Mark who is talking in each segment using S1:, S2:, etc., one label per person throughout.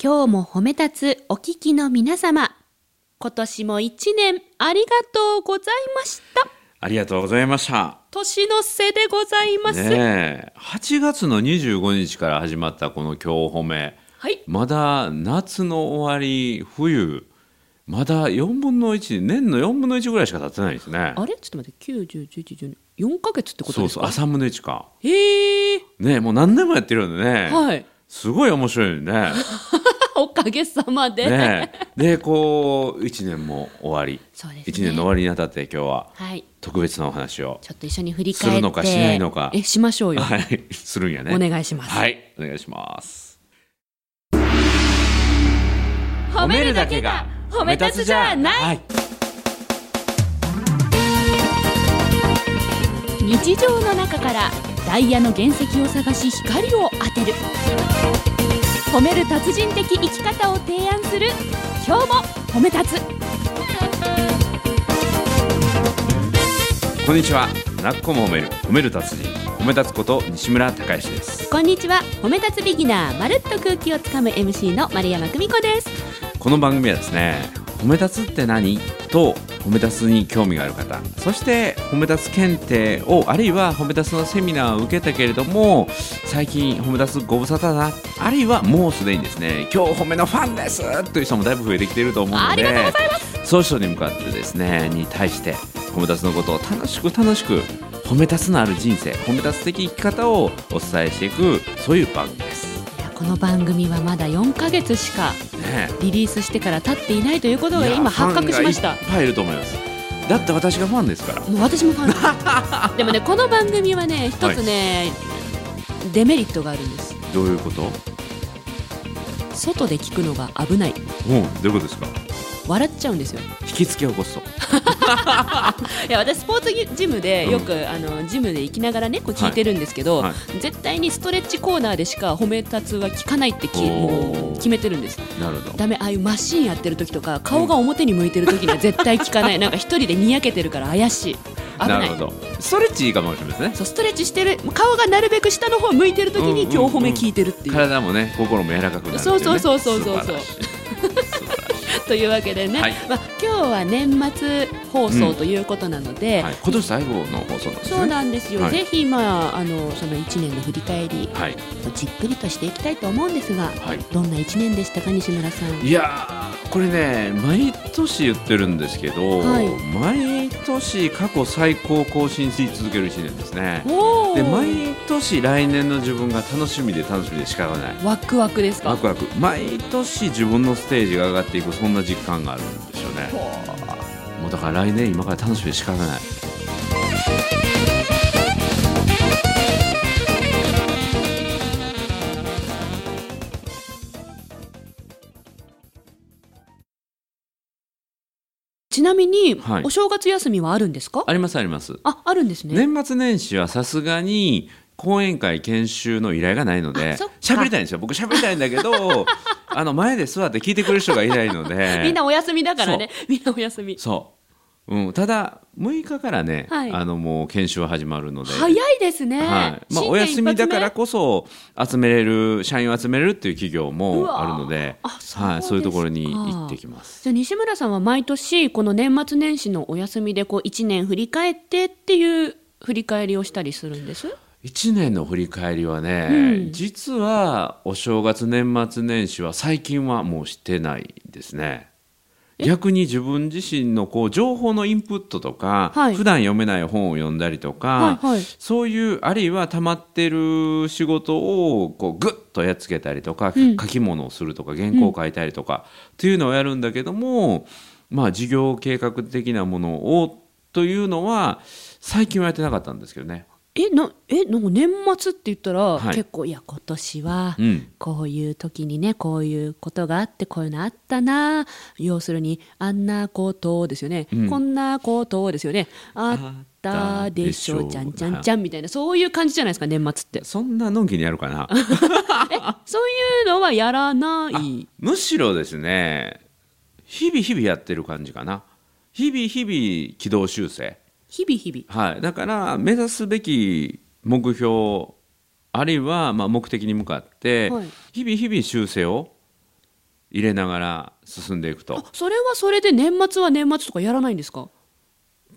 S1: 今日も褒め立つお聞きの皆様、今年も一年ありがとうございました。
S2: ありがとうございました。
S1: 年の瀬でございます。
S2: ねえ、8月の25日から始まったこの今日褒め。
S1: はい。
S2: まだ夏の終わり、冬、まだ4分の1、年の4分の1ぐらいしか経ってないですね。
S1: あれちょっと待って、9、10、11、12、4ヶ月ってこと
S2: そう
S1: です
S2: そ
S1: か
S2: う、あ、3分の1か。
S1: へえ、
S2: ねえ、もう何年もやってるんでね。
S1: はい。
S2: すごい面白いね。
S1: おかげさまで。
S2: ねえ。で、こう、1年も終わり。
S1: そうですね。
S2: 1年の終わりにあたって今日は
S1: はい。
S2: 特別なお話を、
S1: ちょっと一緒に振り返って。
S2: するのかしないのか
S1: え、しましょうよ。
S2: はい、するんやね。
S1: お願いします。
S2: はい、お願いします。
S1: 褒めるだけが褒め立つじゃない、
S2: はい、
S1: 日常の中からダイヤの原石を探し光を当てる褒める達人的生き方を提案する今日も褒め立つ
S2: こんにちはなっこも褒める褒める達人褒め立つこと西村孝之です
S1: こんにちは褒め立つビギナーまるっと空気をつかむ MC の丸山久美子です
S2: この番組はですね褒め立つって何と褒め立つに興味がある方そして褒め立つ検定をあるいは褒め立つのセミナーを受けたけれども最近褒め立つご無沙汰だあるいはもうすでにですね今日褒めのファンですという人もだいぶ増えてきていると思うので
S1: ありがとうご
S2: ざいますそういう人に向かってですねに対して褒め立つのことを楽しく楽しく褒め立つのある人生褒め立つ的生き方をお伝えしていくそういう番組です。
S1: いやこの番組はまだ4ヶ月しか
S2: ねえ
S1: リリースしてから経っていないということ
S2: い
S1: が
S2: や
S1: 今発覚しまし
S2: フ
S1: た
S2: ァンがいっぱいいると思いますだって私がファンですから
S1: もう私もファ ンでもねこの番組はね一つね、デメリットがあるんです
S2: どういうこと
S1: 外で聞くのが危ない
S2: うんどういうことですか
S1: 笑っちゃうんですよ
S2: 引きつけ起 こすと
S1: いや私スポーツジムでよく、あのジムで行きながらねこう聞いてるんですけど、
S2: はいは
S1: 絶対にストレッチコーナーでしか褒め立つは聞かないってき
S2: おー
S1: もう決めてるんです
S2: なるほど
S1: ダメああいうマシーンやってる時とか顔が表に向いてる時には絶対聞か ないなんか一人でにやけてるから怪しい危
S2: な
S1: な
S2: る
S1: い
S2: ほどストレッチいいかもしれませんね
S1: そうストレッチしてる顔がなるべく下の方向いてる時に
S2: うんうんうん
S1: 今日褒め聞いてるっていう、
S2: 体もね心も柔らかくなるっていね
S1: そうそうそうそうそうそう
S2: 素晴らしい素晴らし
S1: というわけでね、
S2: はい
S1: まあ、今日は年末放
S2: う
S1: 送
S2: ん
S1: ということなの で、
S2: いはい今年最後の放送なんですね
S1: そうなんですよ、
S2: はい
S1: ぜひ、まあ、あのその1年の振り返り
S2: はい
S1: じっくりとしていきたいと思うんですが、
S2: はい
S1: どんな1年でしたか西村さん
S2: いやーこれね毎年言ってるんですけど、
S1: はい
S2: 毎年過去最高更新し続ける1年ですね
S1: おー
S2: で毎年来年の自分が楽しみで楽しみで仕方がない
S1: ワクワクです
S2: ワ
S1: か
S2: クワク毎年自分のステージが上がっていくそんな実感があるんですよねもうだから来年今から楽しみで仕方がない
S1: ちなみに、
S2: はい
S1: お正月休みはあるんですか
S2: ありますあります
S1: ああるんですね
S2: 年末年始はさすがに講演会研修の依頼がないので
S1: あそっか
S2: 喋りたいんですよ僕喋りたいんだけ どあの前で座って聞いてくれる人がいないので
S1: みんなお休みだからねみんなお休み
S2: そう、うん、ただ6日からね、
S1: はい
S2: あのもう研修は始まるので
S1: 早いですね、
S2: はいまあ、
S1: 新
S2: お
S1: 年一
S2: 休みだから
S1: 発
S2: こそ集めれる社員を集めれるっていう企業
S1: うわ
S2: もあ
S1: ー
S2: るので
S1: あそうですか
S2: はい、そういうところに行ってきます。
S1: 目じゃあ西村さんは毎年この年末年始のお休みでこう1年振り返ってっていう振り返りをしたりするんです
S2: 1年の振り返りはね、
S1: うん
S2: 実はお正月年末年始は最近はもうしてないですね。逆に自分自身のこう情報のインプットとか、
S1: はい
S2: 普段読めない本を読んだりと
S1: は
S2: か、
S1: いはい
S2: そういうあるいは溜まってる仕事をこうグッとやっつけたりとか、
S1: うん
S2: 書き物をするとか原稿を書いたりとか、っていうのをやるんだけどもまあ事業計画的なものをというのは最近はやってなかったんですけどね。
S1: えなえなんか年末って言ったら、
S2: はい
S1: 結構いや今年は
S2: うん
S1: こういう時にねこういうことがあってこういうのあったな要するにあんなことですよね、
S2: うん
S1: こんなことですよねあったでしょ
S2: あったでしょ
S1: ちゃんちゃんちゃんみたいなそういう感じじゃないですか年末って
S2: そんなのんきにやる かな
S1: そういうのはやらない
S2: むしろですね日々日々やってる感じかな日々日々軌道修正
S1: 日々日々
S2: はいだから目指すべき目標あるいはまあ目的に向かって
S1: はい
S2: 日々日々修正を入れながら進んでいくと
S1: あそれはそれで年末は年末とかやらないんですか、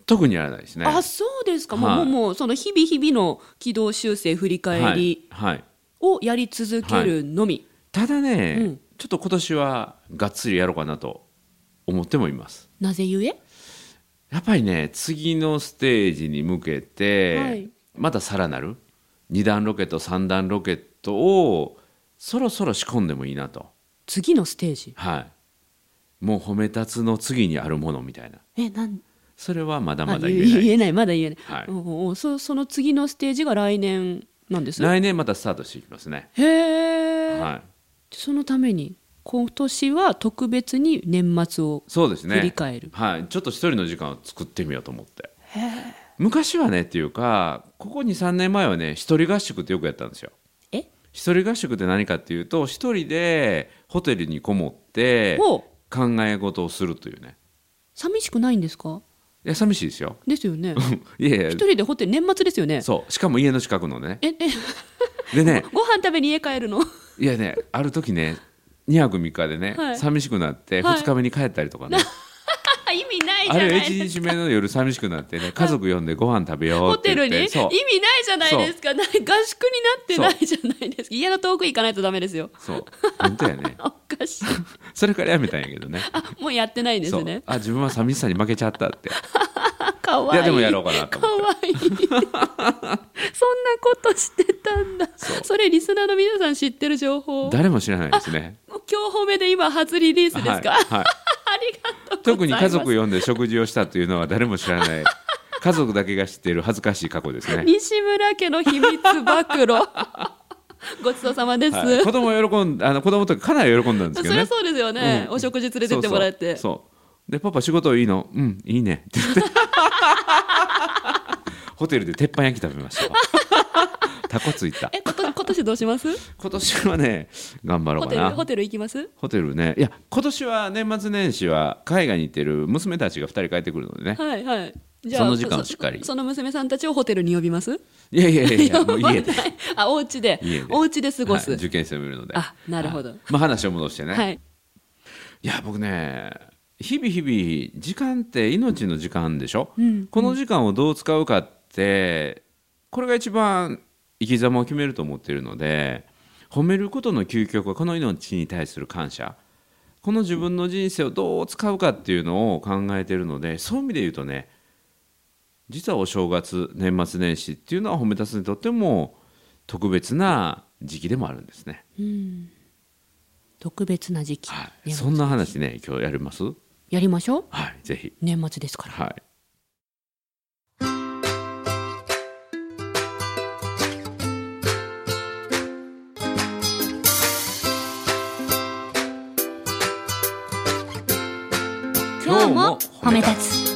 S2: 特にやらないですね。
S1: あそうですか、もう
S2: はい
S1: もうもうその日々日々の軌道修正振り返り
S2: はいはい、
S1: をやり続けるのみ、
S2: ただね、
S1: うん
S2: ちょっと今年はがっつりやろうかなと思ってもいます。
S1: なぜゆえ
S2: やっぱりね次のステージに向けて、
S1: はい
S2: またさらなる2段ロケット3段ロケットをそろそろ仕込んでもいいなと、
S1: 次のステージ
S2: はい、もう褒め立つの次にあるものみたいな
S1: えなん
S2: それはまだ
S1: あ
S2: まだ
S1: 言え
S2: 言えない
S1: 言えないまだ言えない、
S2: はい
S1: うんうんうんそその次のステージが来年なんです
S2: 来年またスタートしていきますね、
S1: へえ、
S2: はい、
S1: そのために今年は特別に年末を
S2: そうですね
S1: 振り返る
S2: はい、ちょっと一人の時間を作ってみようと思って昔はねっていうかここ23年前はね一人合宿ってよくやったんですよ
S1: え
S2: 一人合宿って何かっていうと一人でホテルにこもって
S1: ほう
S2: 考え事をするというね
S1: 寂しくないんですか
S2: いや寂しいですよ
S1: ですよね
S2: いやいや
S1: 一人でホテル年末ですよね
S2: そうしかも家の近くのね
S1: え え
S2: でね
S1: ご飯食べに家帰るの
S2: いやねある時ね2泊3日でね、
S1: はい
S2: 寂しくなって
S1: はい
S2: 2日目に帰ったりとかね、
S1: 意味ないじ
S2: あ
S1: ゃ
S2: る
S1: ない
S2: 1
S1: です
S2: 日目の夜寂しくなってね家族呼んでご飯食べよう
S1: ホ
S2: って
S1: テ
S2: 言
S1: ル
S2: っ
S1: に
S2: て
S1: 意味
S2: そう
S1: ないじゃないですかない合宿になってないじゃないですか家の遠く行かないとダメですよ
S2: そう本当やね
S1: おかしい
S2: それからやめたんやけどね
S1: あもうやってないんです
S2: そう
S1: ね
S2: あ自分は寂しさに負けちゃったって
S1: あかわいい
S2: いやでもやろうかなと
S1: か
S2: 思
S1: わいいそんなことしてたんだそれリスナーの皆さん知ってる情報
S2: 誰も知らないですね
S1: もう今日褒めで今初リリースですか、
S2: はい
S1: あ
S2: はい
S1: りがとうご
S2: 特
S1: ざい
S2: に
S1: ます
S2: 家族呼んで食事をしたというのは誰も知ら ない家族だけが知っている恥ずかしい過去ですね、
S1: 西村家の秘密暴 露ごちそうさまです、
S2: はい、子供喜んあの子供とかかなり喜んだんです
S1: そり
S2: けど
S1: ゃ
S2: ね
S1: そうですよね、
S2: うん
S1: お食事連れてってもらって
S2: そうそうそうでパパ仕事いいのうんいいねっ て言ってホテルで鉄板焼き食べ ましたわタコついた
S1: えこと今年どうします
S2: 今年はね頑張ろ
S1: ホ
S2: うか
S1: テル
S2: な
S1: ホテル行きます
S2: ホテルねいや今年は年末年始は海外に行ってる娘たちが2人帰ってくるので ね
S1: はいはい
S2: その時間をしっかり
S1: そその娘さんたちをホテルに呼びます
S2: いやいやいやいやもう
S1: 呼ばな
S2: 家
S1: い
S2: で
S1: あお家で
S2: 家で
S1: お家で過ごす、
S2: はい受験生もいるので
S1: あなるほど
S2: はいまあ話を戻してね、、
S1: はいい
S2: や僕ね日々日々時間って命の時間でしょ、
S1: ん
S2: この時間をどう使うかってこれが一番生き様を決めると思っているので褒めることの究極はこの命に対する感謝この自分の人生をどう使うかっていうのを考えているのでそういう意味で言うとね実はお正月年末年始っていうのは褒めたすにとっても特別な時期でもあるんですね。
S1: うん特別な時期、
S2: はい、
S1: 年末
S2: そんな話ね今日やります
S1: やりましょう
S2: はいぜひ
S1: 年末ですから
S2: はい
S3: 今日も褒め立つ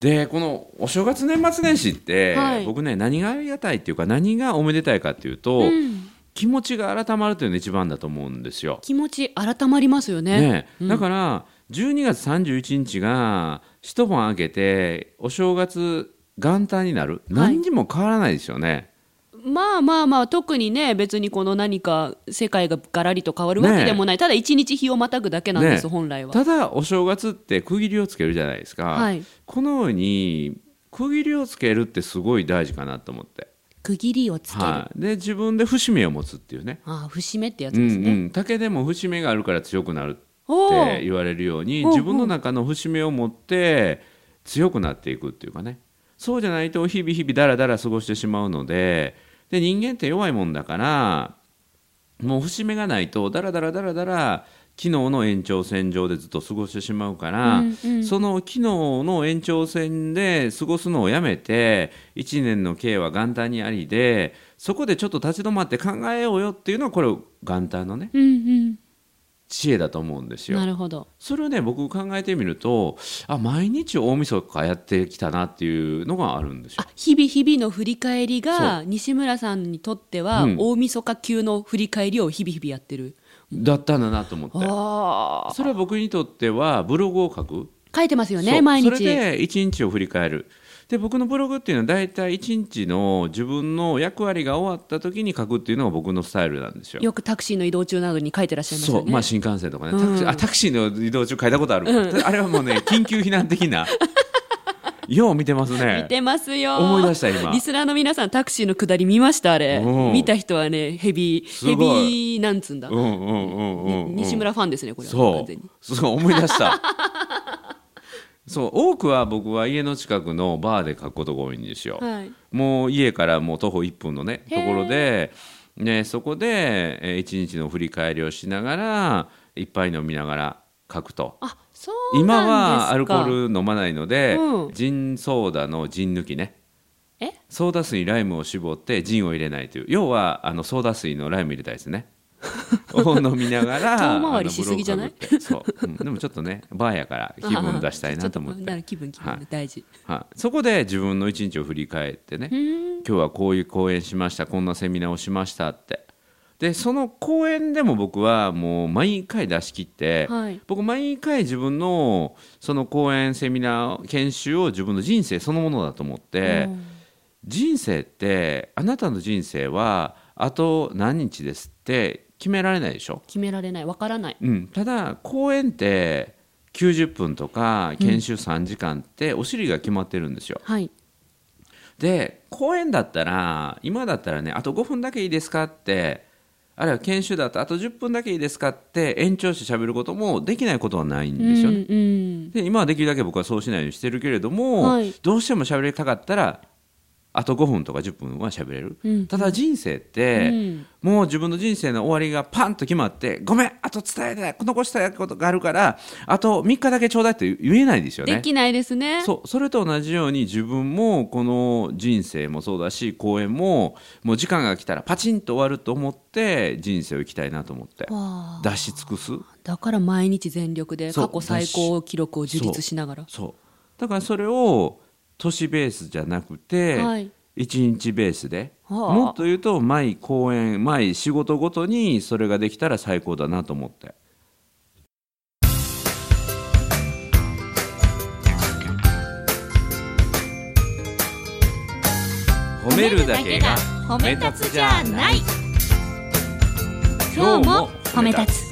S2: でこのお正月年末年始って、
S1: はい
S2: 僕ね何がありがたいっていうか何がおめでたいかっていうと、
S1: うん
S2: 気持ちが改まるというのが一番だと思うんですよ。
S1: 気持ち改まりますよね
S2: ね
S1: うん
S2: だから12月31日が一晩明けてお正月元旦になる何にも変わらないですよね。
S1: まあまあまあ特にね別にこの何か世界がガラリと変わるわけでもない、ただ一日日をまたぐだけなんです、
S2: ね
S1: 本来は。
S2: ただお正月って区切りをつけるじゃないですか、
S1: はい、
S2: このように区切りをつけるってすごい大事かなと思って、
S1: 区切りをつける、
S2: はい、で自分で節目を持つっていうね
S1: ああ節目ってやつ
S2: う
S1: です
S2: んう
S1: ね。
S2: ん、竹でも節目があるから強くなるっ
S1: おお
S2: て言われるように
S1: おう
S2: 自分の中の節目を持って強くなっていくっていうかねそうじゃないと日々日々だらだら過ごしてしまうのでで人間って弱いもんだからもう節目がないとだらだらだらだら機能の延長線上でずっと過ごしてしまうから、
S1: うんうん
S2: その機能の延長線で過ごすのをやめて1年の計は元旦にありでそこでちょっと立ち止まって考えようよっていうのはこれ元旦のね
S1: うんうん
S2: 知恵だと思うんですよ
S1: な。るほど
S2: それをね僕考えてみるとあ毎日大晦日やってきたなっていうのがあるんですよ。
S1: あ日々日々の振り返りが西村さんにとっては、
S2: うん
S1: 大晦日級の振り返りを日々日々やってる。
S2: だったんだなと思って
S1: ああ
S2: それは僕にとってはブログを書く
S1: 書いてますよ
S2: そ
S1: ね
S2: う
S1: 毎
S2: そ
S1: 日。
S2: れで一日を振り返るで僕のブログっていうのは大体1日の自分の役割が終わった時に書くっていうのが僕のスタイルなんですよ。
S1: よくタクシーの移動中などに書いてらっしゃいます
S2: そ
S1: よ
S2: う
S1: ね。
S2: まあ新幹線とかね、タクシーあタクシーの移動中変えたことある、あれはもうね緊急避難 的なよう見てますね
S1: 見てますよ。
S2: 思い出した今
S1: リスナーの皆さん、タクシーの下り見ましたあれ。
S2: うん
S1: 見た人はね、ヘビー、
S2: す
S1: ヘ
S2: ごい
S1: ビーなんつうんだ。
S2: うんうんうんうん、うん、
S1: 西村ファンですね、これは。完
S2: そ
S1: 全に
S2: うそう思い出した そう多くは僕は家の近くのバーで書くことが多いんですよ、
S1: はい。
S2: もう家からもう徒歩1分のねと
S1: へー
S2: ころで、ね、そこで、えー一日の振り返りをしながら一杯飲みながら書くと
S1: あ、そうなんですか。
S2: 今はアルコール飲まないので、
S1: うん
S2: ジンソーダのジン抜きね
S1: え
S2: ソーダ水にライムを絞ってジンを入れないという要はあのソーダ水のライム入れたいです ねを飲みながら
S1: 遠回りしすぎじゃない
S2: あのブログをかぶってそう、うんでもちょっとねバーやから気分出したいなと思っ
S1: ちょ
S2: て
S1: と気分気分、
S2: はい
S1: 大事。
S2: はい、そこで自分の一日を振り返ってね今日はこういう講演しましたこんなセミナーをしましたってでその講演でも僕はもう毎回出し切って、
S1: はい
S2: 僕毎回自分のその講演セミナー研修を自分の人生そのものだと思って、人生ってあなたの人生はあと何日ですって決められないでしょ、
S1: 決められない、わからない。
S2: うん、ただ講演って90分とか研修3時間ってお尻が決まってるんですよ、
S1: はい。
S2: で公演だったら今だったらねあと5分だけいいですかってあるいは研修だとあと10分だけいいですかって延長して喋ることもできないことはないんですよね、
S1: うん。
S2: で今はできるだけ僕はそうしないようにしてるけれども、
S1: はい
S2: どうしても喋りたかったらあと5分とか10分は喋れる、
S1: うん
S2: ただ人生っ
S1: う
S2: て、
S1: ん。
S2: もう自分の人生の終わりがパンと決まってごめんあと伝えたい残したいことがあるからあと3日だけちょうだいって言えないですよね
S1: できないですね。
S2: そうそれと同じように自分もこの人生もそうだし公演ももう時間が来たらパチンと終わると思って人生を生きたいなと思って
S1: わあ
S2: 出し尽くす
S1: だから毎日全力で
S2: そう
S1: 過去最高記録を樹立しながら。
S2: そうだからそれを都市ベースじゃなくて、
S1: はい
S2: 一日ベースで
S1: はあ
S2: もっと言うと毎公演毎仕事ごとにそれができたら最高だなと思って褒めるだけが
S3: 褒
S2: め立つじゃない
S3: 今日も褒め立つ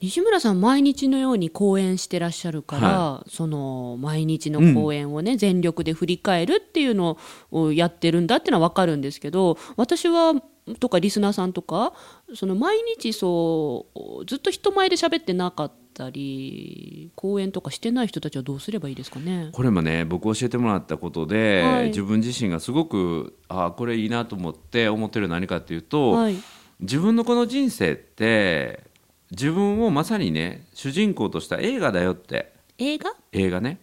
S1: 西村さん毎日のように講演してらっしゃるから、その毎日の講演をね、全力で振り返るっていうのをやってるんだってのは分かるんですけど私はとかリスナーさんとかその毎日そうずっと人前で喋ってなかったり講演とかしてない人たちはどうすればいいですかね
S2: これもね僕教えてもらったことで、
S1: はい
S2: 自分自身がすごくあーこれいいなと思って思ってるのは何かっていうと、
S1: はい
S2: 自分のこの人生って自分をまさにね主人公とした映画だよって
S1: 映画
S2: 映画ね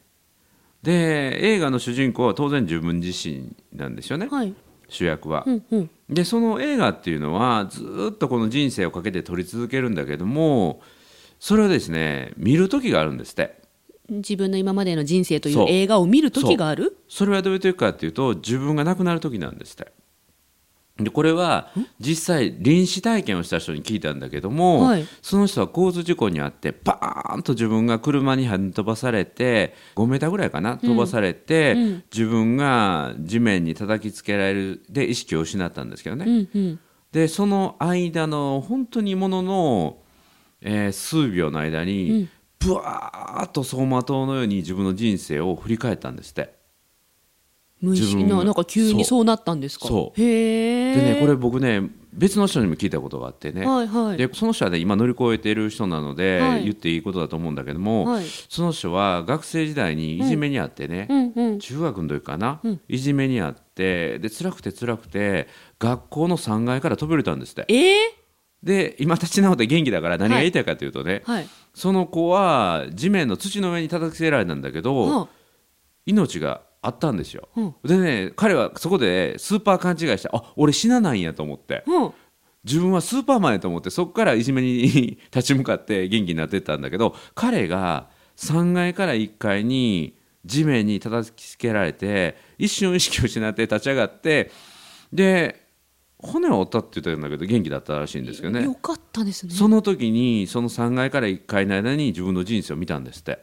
S2: で映画の主人公は当然自分自身なんですよね、
S1: はい
S2: 主役は
S1: う、んうん
S2: でその映画っていうのはずーっとこの人生をかけて撮り続けるんだけどもそれをですね見る時があるんですって
S1: 自分の今までの人生とい
S2: そう
S1: う映画を見る時がある
S2: それはどういう時かっていうと自分が亡くなる時なんですってでこれは実際臨死体験をした人に聞いたんだけども、
S1: はい
S2: その人は交通事故にあってバーンと自分が車に跳ね飛ばされて5メーターぐらいかな飛ばされて、
S1: うん
S2: 自分が地面に叩きつけられるで意識を失ったんですけどね、
S1: うんうん
S2: でその間の本当にものの、えー数秒の間に、
S1: うん
S2: ブワーッと走馬灯のように自分の人生を振り返ったんですって。
S1: 無意
S2: 自
S1: 識
S2: 分
S1: ななんか急にそうなったんですか
S2: そう
S1: へえ
S2: でねこれ僕ね別の人にも聞いたことがあってね、
S1: はいはい
S2: でその人はね今乗り越えてる人なので、
S1: はい
S2: 言っていいことだと思うんだけども、
S1: はい
S2: その人は学生時代にいじめにあってね、
S1: うんうん
S2: 中学の時かな、
S1: うん
S2: いじめにあってで辛くて辛くて学校の3階から飛び降りたんですって
S1: ええ
S2: で今立ち直って元気だから何が言いたいかというとね、
S1: はい
S2: その子は地面の土の上に叩きつけられたんだけど、
S1: は
S2: 命があったんですよ、
S1: うん
S2: でね彼はそこでスーパー勘違いしてあ俺死なないんやと思って
S1: あは
S2: 自分はスーパーマンやと思ってそこからいじめに立ち向かって元気になってったんだけど彼が3階から1階に地面に叩きつけられて一瞬意識を失って立ち上がってで骨を折ったって言ったんだけど元気だったらしいんですけどね
S1: よかったですね。
S2: その時にその3階から1階の間に自分の人生を見たんですって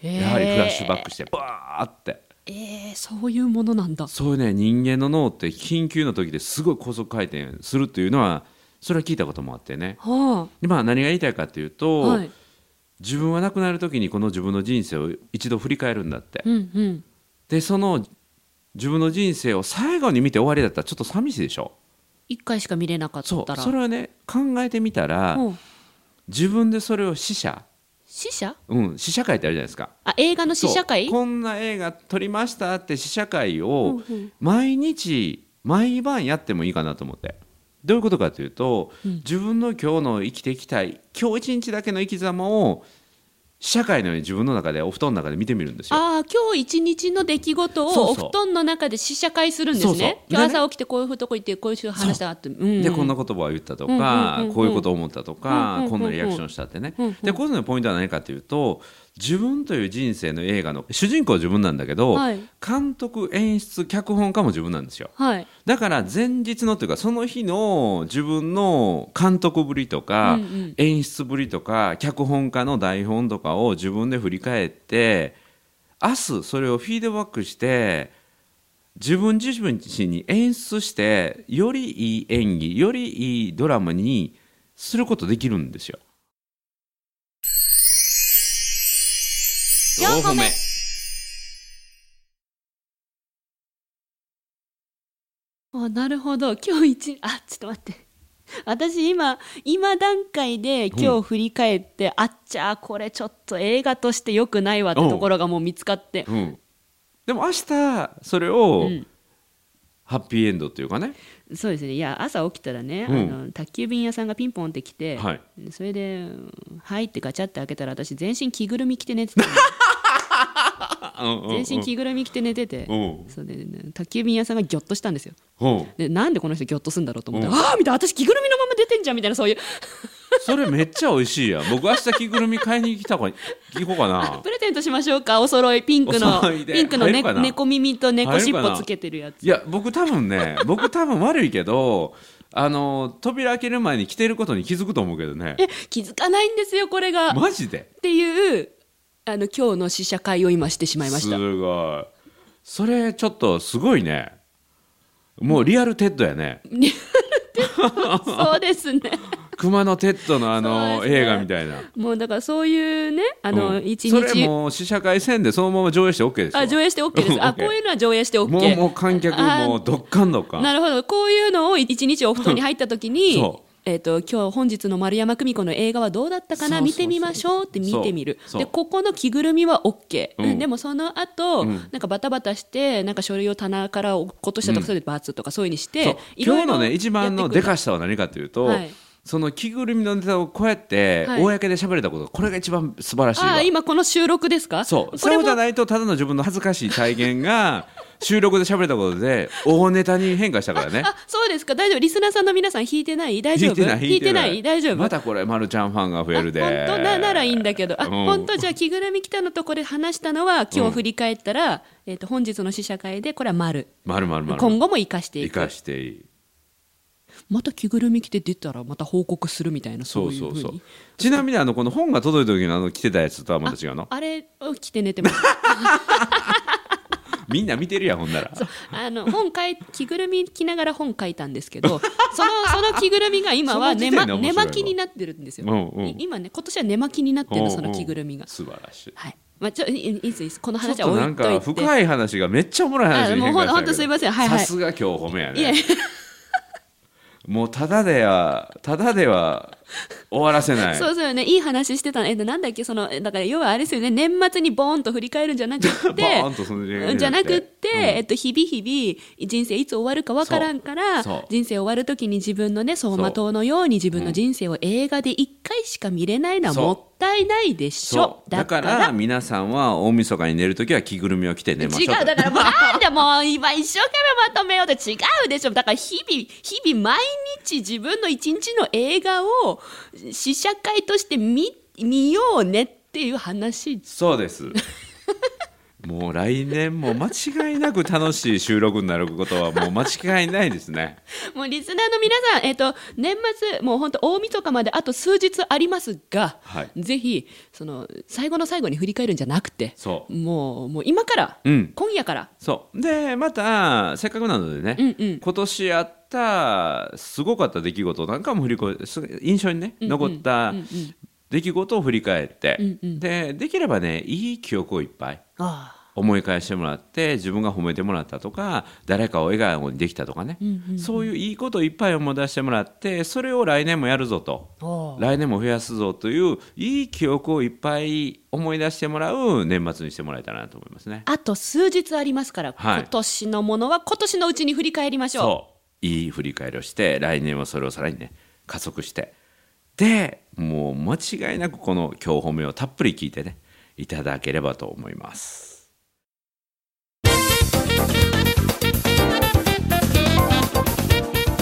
S2: やはりフラッシュバックしてバーって
S1: えーそういうものなんだ。
S2: そういうね人間の脳って緊急の時ですごい高速回転するっていうのはそれは聞いたこともあってね
S1: は
S2: でまあ何が言いたいかっていう
S1: あ。
S2: と、
S1: はい。
S2: 自分は亡くなる時にこの自分の人生を一度振り返るんだって、
S1: うんうん。
S2: でその自分の人生を最後に見て終わりだったらちょっと寂しいでしょ
S1: 一回しか見れなかっ
S2: そ
S1: た
S2: う
S1: ら。
S2: それはね考えてみたら
S1: うん
S2: 自分でそれを死者
S1: 死者？
S2: うん試写会ってあるじゃないですか
S1: あ映画の試写会
S2: そう？こんな映画撮りましたって試写会を
S1: うんうん
S2: 毎日毎晩やってもいいかなと思ってどういうことかというと、
S1: うん
S2: 自分の今日の生きていきたい今日一日だけの生き様を試写会のように自分の中でお布団の中で見てみるんですよ。
S1: ああ今日一日の出来事
S2: そ
S1: を
S2: う
S1: お
S2: そう
S1: 布団の中で試写会するんですね。
S2: そうそう
S1: 今日
S2: でね
S1: 朝起きてこういうとこ行ってこういう話だって。
S2: で
S1: で
S2: こんな言葉を言ったと
S1: うんうん
S2: か、
S1: うんうん
S2: こういうことを思ったとか、
S1: うんうんうんうん
S2: こんなリアクションしたってね、
S1: うんうん
S2: でこういうののポイントは何かというと自分という人生の映画の主人公は自分なんだけど、
S1: はい
S2: 監督演出脚本家も自分なんですよ。
S1: はい。
S2: だから前日のというかその日の自分の監督ぶりとか、
S1: うんうん
S2: 演出ぶりとか脚本家の台本とかを自分で振り返って明日それをフィードバックして自分自身に演出してよりいい演技よりいいドラマにすることできるんですよ。
S3: 4個目
S1: あなるほど今日一あちょっと待って 私今今段階で今日振り返って、あっちゃーこれちょっと映画としてよくないわってところがもう見つかって、
S2: うん、でも明日それを
S1: うん
S2: ハッピーエンドというかね、
S1: そうですねいや朝起きたらね、
S2: うん
S1: あの宅急便屋さんがピンポンって来て、
S2: はい
S1: それで「はい」ってガチャって開けたら私全身着ぐるみ着て寝てたの全身着ぐるみ着て寝てて、
S2: うん
S1: それでね、宅急便屋さんがギョッとしたんですよ
S2: うん
S1: でなんでこの人ギョッとするんだろうと思って、
S2: うん
S1: ああみたいな私着ぐるみのまま出てんじゃんみたいなそういう
S2: それめっちゃ美味しいやん僕明日着ぐるみ買いに来た方が行こうか
S1: あ
S2: な
S1: プレゼントしましょうかお揃いピンク
S2: お
S1: の
S2: 揃いで
S1: ピンクの、
S2: 入
S1: ね
S2: るか、な
S1: 猫耳と猫尻
S2: 入るか
S1: 尾
S2: な
S1: つけてるやつ
S2: いや僕多分ね僕多分悪いけどあの扉開ける前に着てることに気づくと思うけどね
S1: え気づかないんですよこれが、っ
S2: マジで
S1: ていうあの今日の試写会を今してしまいますした
S2: ごいそれちょっとすごいねもうリアルテッドやね
S1: そうですね
S2: 熊のテッドの
S1: そ
S2: あ
S1: う
S2: の、
S1: ですね
S2: 映画みたいな
S1: もうだからそういうねあの
S2: うん
S1: 一、
S2: それ
S1: 日
S2: もう試写会せんでそのまま上映して OK ですよ
S1: あ上映して OK です、
S2: うん
S1: あ
S2: OK
S1: こういうのは上映して
S2: もう
S1: OK
S2: もう観客
S1: あ
S2: もうどっかんどっかん
S1: なるほどこういうのを一日お布団に入った時に
S2: そ
S1: えー、と今日本日の丸山久美子の映画はどうだったかな
S2: そうそうそう
S1: 見てみましょうって見てみる
S2: そう
S1: で
S2: そう
S1: ここの着ぐるみは OK、
S2: うん
S1: でもその後、
S2: うん
S1: なんかバタバタしてなんか書類を棚から落っことしたと
S2: うん
S1: かそれでバツとかそういうふうにし
S2: そ
S1: て
S2: う、今日の
S1: やって
S2: ね
S1: く
S2: 一番のでかしたは何かというと、
S1: はい
S2: その着ぐるみのネタをこうやって
S1: はい
S2: 公で喋れたこと、これが一番素晴らしい
S1: あ
S2: わ
S1: あ今この収録ですか
S2: そう
S1: こ
S2: そ
S1: れ
S2: う
S1: も
S2: じゃないとただの自分の恥ずかしい体 験が収録で喋れたことで大ネタに変化したからね
S1: あそうですか大丈夫リスナーさんの皆さん引いてない大丈夫
S2: 引いてない
S1: 引いてない大丈夫、
S2: またこれまるちゃんファンが増
S1: あ
S2: えるで
S1: 本当なならいいんだけどあ、
S2: うん
S1: 本当じゃあ着ぐるみ着たのとこれ話したのは今日振り返ったら、えー、と本日の試写会でこれは丸
S2: まるまるまる
S1: 今後も生かしてい
S2: 生
S1: く
S2: かしていい
S1: また着ぐるみ着て出たらまた報告するみたいなそ
S2: そうう
S1: いう
S2: そ
S1: ふう
S2: う
S1: に
S2: そうちなみにあのこの本が届いた時のあの着てたやつとはまた違うの
S1: あれを着て寝てます
S2: みんな見てるやんほんなら
S1: あの本書い着ぐるみ着ながら本書いたんですけどそのその着ぐるみが今は
S2: その
S1: 寝,、
S2: 時点
S1: ま、
S2: で面白いわ
S1: 寝巻きになってるんですよ、
S2: うんうん
S1: い今ね今年は寝巻きになってるのそ
S2: うんう
S1: の
S2: ん
S1: 着ぐるみが、
S2: 素晴らしい
S1: はいまあ、ちょいいいいですいいですこの
S2: ちょっ
S1: 話は
S2: と
S1: 置い
S2: な
S1: と
S2: ん
S1: いて
S2: か深い話がめっちゃおもろい話に変化したけど
S1: あもうほんほんとすいませんはいはい
S2: さすが今日褒めや
S1: いや
S2: ねもうただではただでは終わらせない
S1: そうそうよね、いい話してたのえっと、なんだっけ、その、えだから、要はあれですよね、年末にボーンと振り返るんじゃなくっ
S2: バ
S1: て
S2: ーンとその時間
S1: う
S2: に
S1: ん、じゃなくって、
S2: うん
S1: えっと、日々日々、人生いつ終わるかわからんから
S2: そうそう、
S1: 人生終わるときに自分のね、走馬灯のように自分の人生を映画で一回しか見れないのは
S2: そう
S1: もったいないでしょ
S2: そ。うだから皆さんは大晦日に寝るときは着ぐるみを着て寝ま
S1: 違
S2: しょう
S1: うだからもうなんでもう今一生懸命まとめようって違うでしょだから日々日々毎日自分の一日の映画を試写会として見見ようねっていう話
S2: そうです もう来年も間違いなく楽しい収録になることはもう間違いないですね。
S1: もうリスナーの皆さん、えっと年末、もう本当、大晦日まであと数日ありますが、
S2: はい
S1: ぜひその、最後の最後に振り返るんじゃなくて、
S2: そう
S1: もうもう今から、
S2: うん
S1: 今夜から、
S2: そうでまたせっかくなのでね、
S1: うんうん
S2: 今年あったすごかった出来事なんかも振り返す印象にね残った出来事を振り返って、
S1: うんうん
S2: でできればねいい記憶をいっぱい
S1: あ
S2: 思い返してもらって自分が褒めてもらったとか誰かを笑顔にできたとかね、そういういいことをいっぱい思い出してもらってそれを来年もやるぞと
S1: あああ
S2: 来年も増やすぞといういい記憶をいっぱい思い出してもらう年末にしてもらえたらなと思いますね。
S1: あと数日ありますから、
S2: はい
S1: 今年のものは今年のうちに振り返りましょ
S2: そういい振り返りをして来年はそれをさらにね加速してでもう間違いなくこの今日褒めをたっぷり聞いてねいただければと思います。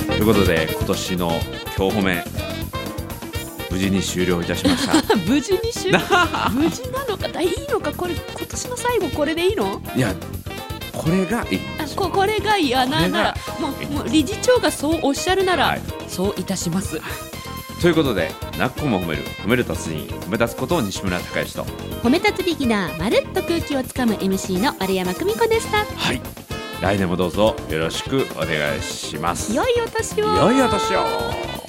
S2: ということで今年の今日褒め無事に終了いたしました。
S1: う 無事に 終了無事なのかだいいのかこれ今年の最後これでいいの
S2: いやこれがいいん
S1: あ
S2: ですよ
S1: ここれが嫌
S2: こ
S1: な
S2: れが
S1: ならもうもう理事長がそうおっしゃるなら、
S2: はい
S1: そういたします
S2: ということで「なっこも褒める褒める達人褒め立つことを西村孝之と
S3: 褒め立つビギナーまるっと空気をつかむ MC の丸山久美子でした
S2: はい来年もどうぞよろしくお願いします
S3: 良いお年を
S2: 良いお年を